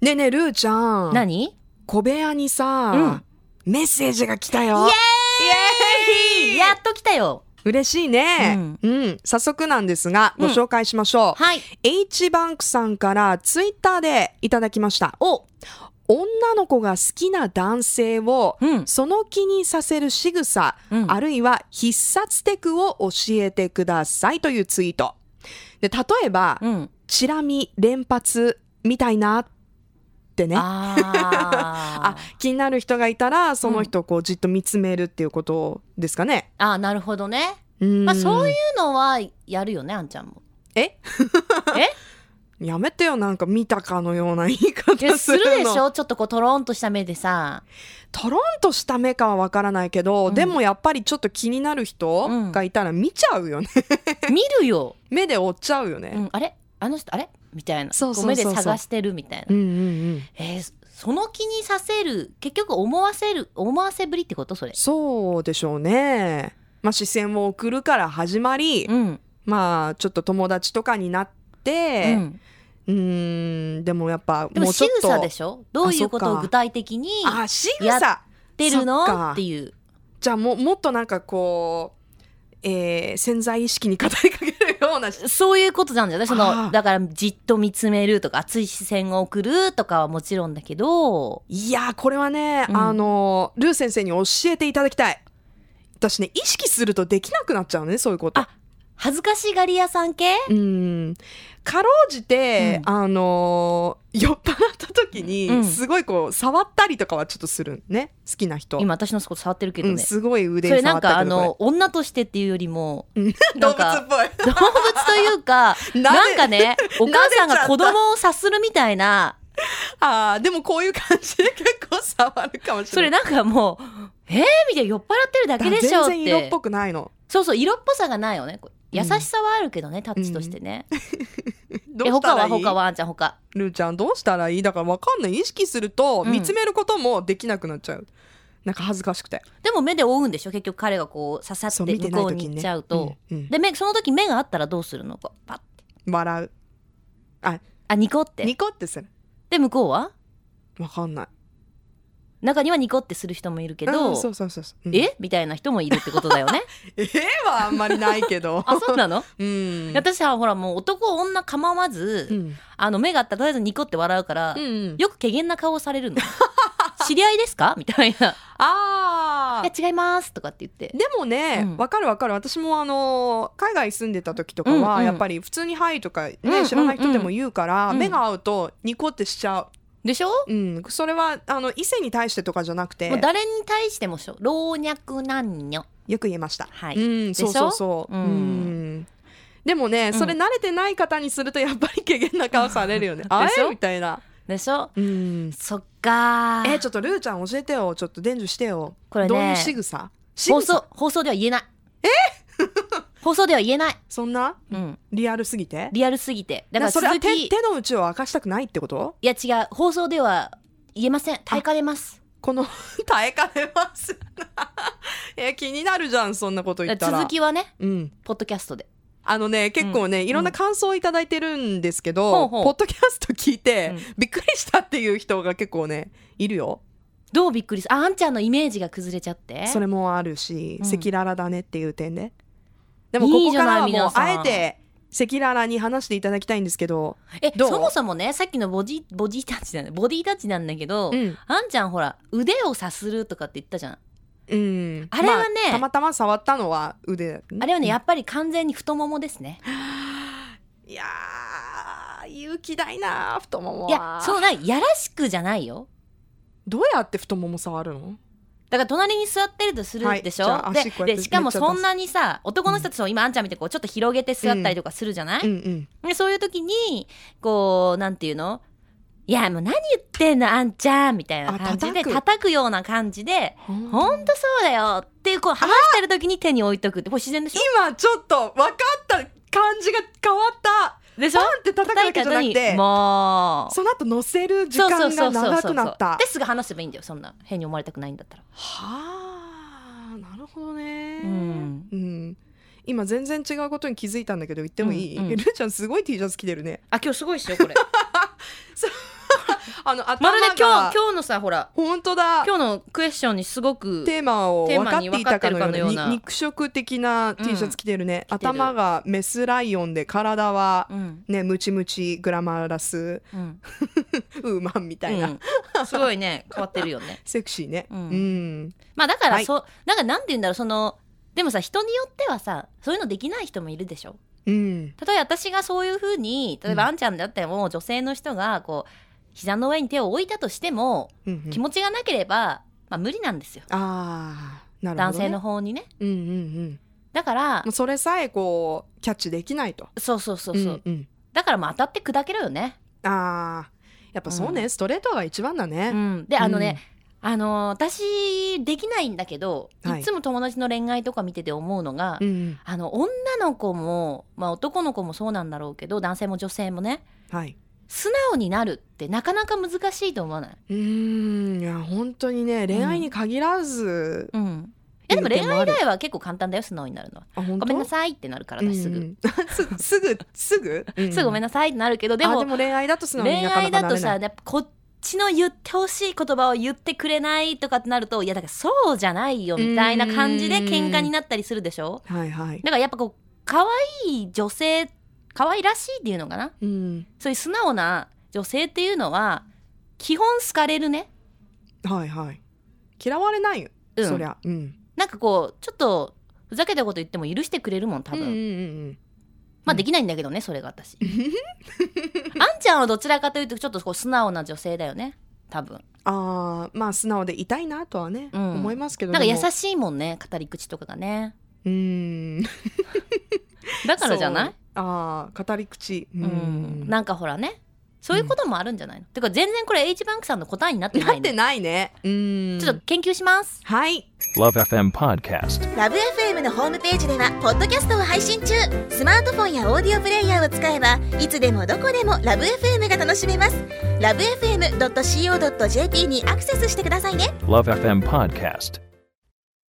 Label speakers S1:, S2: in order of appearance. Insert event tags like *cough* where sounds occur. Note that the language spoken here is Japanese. S1: ねえねえ、ルーちゃん。
S2: 何
S1: 小部屋にさ、メッセージが来た
S2: イ
S1: よ。
S2: エーイやっと来たよ
S1: 嬉しいね、うん。早速なんですが、ご紹介しましょう。
S2: はい。
S1: H バンクさんからツイッターでいただきました。
S2: お
S1: 女の子が好きな男性を、
S2: うん
S1: その気にさせる仕草、
S2: うん
S1: あるいは必殺テクを教えてくださいというツイート。で例えば、
S2: うん。
S1: チラ見連発みたいなってね。
S2: あ
S1: *laughs* あ
S2: あ。
S1: 気になる人がいたらその人をこうじっと見つめるっていうことですかね。
S2: あーなるほどね。
S1: うん
S2: まあそういうのはやるよね、あんちゃん
S1: *laughs*
S2: も。
S1: え
S2: え
S1: やめてよなんか見たかのような言い方
S2: いや
S1: す
S2: する
S1: るの
S2: でしょちょっとこうトロンとした目で
S1: *laughs*
S2: さ。
S1: トロンとした目かはわからないけど、
S2: うん
S1: でもやっぱりちょっと気になる人がいたら見ちゃうよね
S2: 見るよ。
S1: 目で追っちゃうよ
S2: う
S1: ね。
S2: ん、あれあの人、あれみたいな。
S1: そうそう
S2: こ目で
S1: そうそう
S2: 探してるみたいな。
S1: うんうんうん、
S2: えーその気にさせる、結局思わせる、思わせぶりってことそれ。
S1: そうでしょうね。まあ、視線を送るから始まり、
S2: うん。
S1: まあちょっと友達とかになって、
S2: うん
S1: うーんでもやっぱ
S2: で
S1: も
S2: も
S1: うちょ
S2: 仕
S1: っと
S2: 草でしょどういうこと
S1: あそっ
S2: を
S1: か
S2: 具体的に
S1: あ仕
S2: やっ
S1: 草
S2: 出るの
S1: そっか
S2: っていう。
S1: じゃあもうもっとなんかこう、えー潜在意識に語りかけるようなし
S2: そういうことなんだよね。そ
S1: ああ
S2: の、だからじっと見つめるとか、熱い視線を送るとかはもちろんだけど、
S1: いやーこれはね、
S2: うん
S1: あのルー先生に教えていただきたい私ね意識するとできなくなっちゃうねそういうこと
S2: あ恥ずかしがり屋さん系
S1: うんかろうじて、
S2: うん
S1: あのー酔っ払った時に、
S2: うん
S1: すごいこう触ったりとかはちょっとするね好きな人、
S2: 今私のこと触ってるけど
S1: う
S2: ね。
S1: ん、
S2: そ
S1: すごい腕に
S2: れな
S1: 触
S2: ん
S1: った
S2: かあ
S1: けどこ
S2: の、女としてっていうよりも、
S1: れ
S2: な
S1: 動
S2: んか
S1: 物っぽい
S2: 動物というか、
S1: *laughs* なで
S2: なんかね、お母さんが子供を察するみたいな、
S1: あーでもこういう感じで結構触るかもし
S2: そ
S1: れな
S2: れ
S1: い
S2: なんかもう、えーみたいな酔っ払ってるだけでしょっ
S1: 全然色ってぽ。くないの
S2: そうそう、色っぽさがないよね。こう
S1: うん
S2: 優しさはあるけどね、タッチとしてね。
S1: どうし
S2: え、他
S1: たら
S2: はい
S1: い
S2: 他はあんちゃん他。
S1: ルーちゃんどうしたらいいだからわかんない意識すると
S2: うん
S1: 見つめることもできなくなっちゃう、なんか恥ずかしくて
S2: でも目で追うんでしょ結局彼がこう刺さっ
S1: そう
S2: て
S1: 見て
S2: 向
S1: ない
S2: こう
S1: 時に
S2: に行
S1: ね
S2: っちゃうと。
S1: うんうん
S2: で目その時目があったらどうするのこうパッて
S1: 笑う
S2: あニコって
S1: ニコってする
S2: で向こうは
S1: わかんない
S2: 中にはニコってする人もいるけ
S1: う
S2: ど
S1: ん、そうそうそうそう、うん
S2: えみたいな人もいるってことだよ
S1: *laughs*
S2: ね
S1: えはあんまりないけど
S2: *laughs* あそうなの
S1: うん
S2: 私はほらもう男女構わず、
S1: うん
S2: あの目があったらとりあえずニコって笑うから、
S1: うん
S2: よく怪げな顔を
S1: *laughs*
S2: されるの知り合いですかみたいな「
S1: あ
S2: い
S1: ー
S2: や違います」とかって言って
S1: でもね
S2: うん
S1: わ、かるわかる私もあの海外住んでた時とかは、
S2: うんうん
S1: やっぱり普通に「はい」とか、ね
S2: うんうん
S1: 知らない人でも言うから、
S2: うん
S1: 目が合うとニコってしちゃ
S2: でしょ
S1: う、うん、それはあの異性に対してとかじゃなくて
S2: もう誰に対してもしょ老若男女
S1: よく言えました
S2: はい、
S1: うん、
S2: しょ
S1: そうそうそう。う
S2: うん
S1: ん。でもね、
S2: ん
S1: それ慣れてない方にするとやっぱり怪げな顔されるよ
S2: *laughs*
S1: ね。あれ
S2: しょ
S1: みたいな。
S2: でしょ
S1: うん。
S2: そっかー
S1: え、ちょっとルーちゃん教えてよ。ちょっと伝授してよ。
S2: これね
S1: どういう仕草仕
S2: 放
S1: 草
S2: 送放送では言えない
S1: *laughs*
S2: え放送では言えない、
S1: そんな
S2: うん、
S1: リアルすぎて
S2: リアルすぎてだから
S1: それは
S2: 鈴
S1: 手
S2: 木い
S1: 手の内を明かしたくないってこと
S2: や違う放送では言えません耐えかねます
S1: この耐えかねます。 *laughs* え、気になるじゃん、そんなこと言ったら。
S2: 続きはね
S1: うん。
S2: ポッドキャストで
S1: あのね、結構ね、いろんな感想をいただいてるんですけど、
S2: ほうほう
S1: ポッドキャスト聞いて、
S2: うん
S1: びっくりしたっていう人が結構ね、いるよ。
S2: どうびっくりするああんちゃんのイメージが崩れちゃって
S1: それもあるし
S2: うん
S1: 赤裸々だねっていう点ででもこ
S2: い
S1: こ
S2: いじ
S1: か
S2: ゃない
S1: らはもう
S2: 皆さん
S1: あえて赤裸々に話していただきたいんですけど、
S2: え
S1: どう
S2: そもそもねさっきのボディボディタッチなんだボディタッチなんだけど、
S1: うん
S2: あんちゃんほら腕をさするとかって言ったじゃん
S1: うん
S2: あれはね
S1: まあたまたま触ったのは腕
S2: あれはねやっぱり完全に太ももですね
S1: いやー勇気ないなー太ももはい
S2: やそうないやらしくじゃないよ
S1: どうやって太もも触るの
S2: だから隣に座ってるとするでしょ、
S1: はいじゃあ足こうやって
S2: ででしかも
S1: めっちゃ出す
S2: そんなにさ男の人たちも今あんちゃん見てこうちょっと広げて座ったりとかするじゃない、
S1: うんうん
S2: でそういう時にこうなんていうのいやもう何言ってんのあんちゃんみたいな感じ
S1: あ叩
S2: で
S1: く
S2: 叩くような感じで
S1: ほん
S2: ほんとそうだよっていうこう話してる時に手に置いとくってこれ自然でしょ
S1: 今ちょっと分かった感じが変わった
S2: でしょ
S1: パンって叩くだけじゃなくて
S2: もう
S1: その後乗せる時間が長くなった
S2: ですぐ話せばいいんだよそんな変に思われたくないんだったら
S1: はあなるほどね、
S2: うん
S1: うん今全然違うことに気づいたんだけど言ってもいい、
S2: うんうん *laughs*
S1: えルーちゃんすごい T シャツ着てるね
S2: あ今日すごいっしょこれ
S1: あの頭
S2: ま
S1: が
S2: るで今日今日のさほら
S1: 本当だ
S2: 今日のクエスチョンにすごく
S1: テーマを
S2: テー
S1: 分か
S2: マ
S1: っ
S2: に
S1: ていたかのよう
S2: 分かってるかのよう
S1: な
S2: な
S1: に肉食的な T シャツ着てるね、
S2: てる
S1: 頭がメスライオンで体は
S2: うん
S1: ねムチムチグラマラス
S2: うん
S1: ウーマンみたいな、
S2: うんすごいね変わってる
S1: *laughs*
S2: よね
S1: セクシーねう
S2: うんん、まあだから
S1: はい
S2: そう、なんかなんて言うんだろうそのでもさ人によってはさそういうのできない人もいるでしょ
S1: うん
S2: 例えば私がそういうふうに例えば
S1: うん
S2: あんちゃんだっても女性の人がこう膝の上に手を置いたとしても
S1: うんうん
S2: 気持ちがなければ、まあ、無理なんですよ
S1: あーなるほど、
S2: 男
S1: ね、
S2: 性の方にね
S1: うんうんうん
S2: だから
S1: もうそれさえこうキャッチできないと
S2: そうそうそうそう、
S1: うんうん
S2: だからもう当たって砕けろよね、
S1: あーやっぱそうね、ストレートが一番だ
S2: う
S1: ね、
S2: ん、であのね、あの私できないんだけど、
S1: はい
S2: い、つも友達の恋愛とか見てて思うのが、
S1: うんうん
S2: あの女の子も、まあ、男の子もそうなんだろうけど男性も女性もね
S1: はい
S2: 素直になるってなかなか難しいと思わない、
S1: うーんいや本当にね恋愛に限らず、
S2: うん、いやでも
S1: いい
S2: 恋
S1: 点もあ
S2: 愛以
S1: る
S2: 外は結構簡単だよ素直になるのは
S1: あ本
S2: ご
S1: 当
S2: めんなさいってなるから私すぐ、
S1: うん *laughs* うんすすぐすぐ、
S2: すぐごめん
S1: な
S2: なさいってなるけどで
S1: でも
S2: も
S1: でも恋愛だと素直に
S2: 恋
S1: なか
S2: 愛
S1: なか
S2: だ
S1: な
S2: と
S1: れ
S2: さ
S1: ない
S2: やっぱこっちの言ってほしい言葉を言ってくれないとかってなるといやだからそうじゃないよみたいな感じで喧嘩になったりするでしょ
S1: はい
S2: *laughs*
S1: はい、
S2: だからやっぱこう可愛い女性可愛らしいっていうのかな
S1: うん、
S2: そういう素直な女性っていうのは基本好かれるね、
S1: はいはい嫌われないよ、
S2: うん、
S1: そりゃ、うん、
S2: なんかこうちょっとふざけたこと言っても許してくれるもん多分、
S1: うんうん
S2: まあできないんだけどねそれ
S1: *laughs*
S2: が私あんちゃんはどちらかというとちょっとこう素直な女性だよね多分
S1: あーまあ素直で痛いなとはね、
S2: うん
S1: 思いますけど
S2: なんか優
S1: でも
S2: しいもんね語り口とかがね
S1: うーん
S2: だからじゃない
S1: そうあー語り口う
S2: う、ん、
S1: な
S2: なんかほらねそういうこともあるんじゃないの、てか全然これ H バンクさんの答えになってな
S1: ないっ
S2: ね
S1: てないねうん
S2: ちょっと研究します
S1: はい
S3: Love FM Podcast.
S4: ラブ f m のホームページではポッドキャストを配信中スマートフォンやオーディオプレイヤーを使えばいつでもどこでもラブ f m が楽しめますラブ FM.co.jp にアクセスしてくださいね
S3: Love FM Podcast.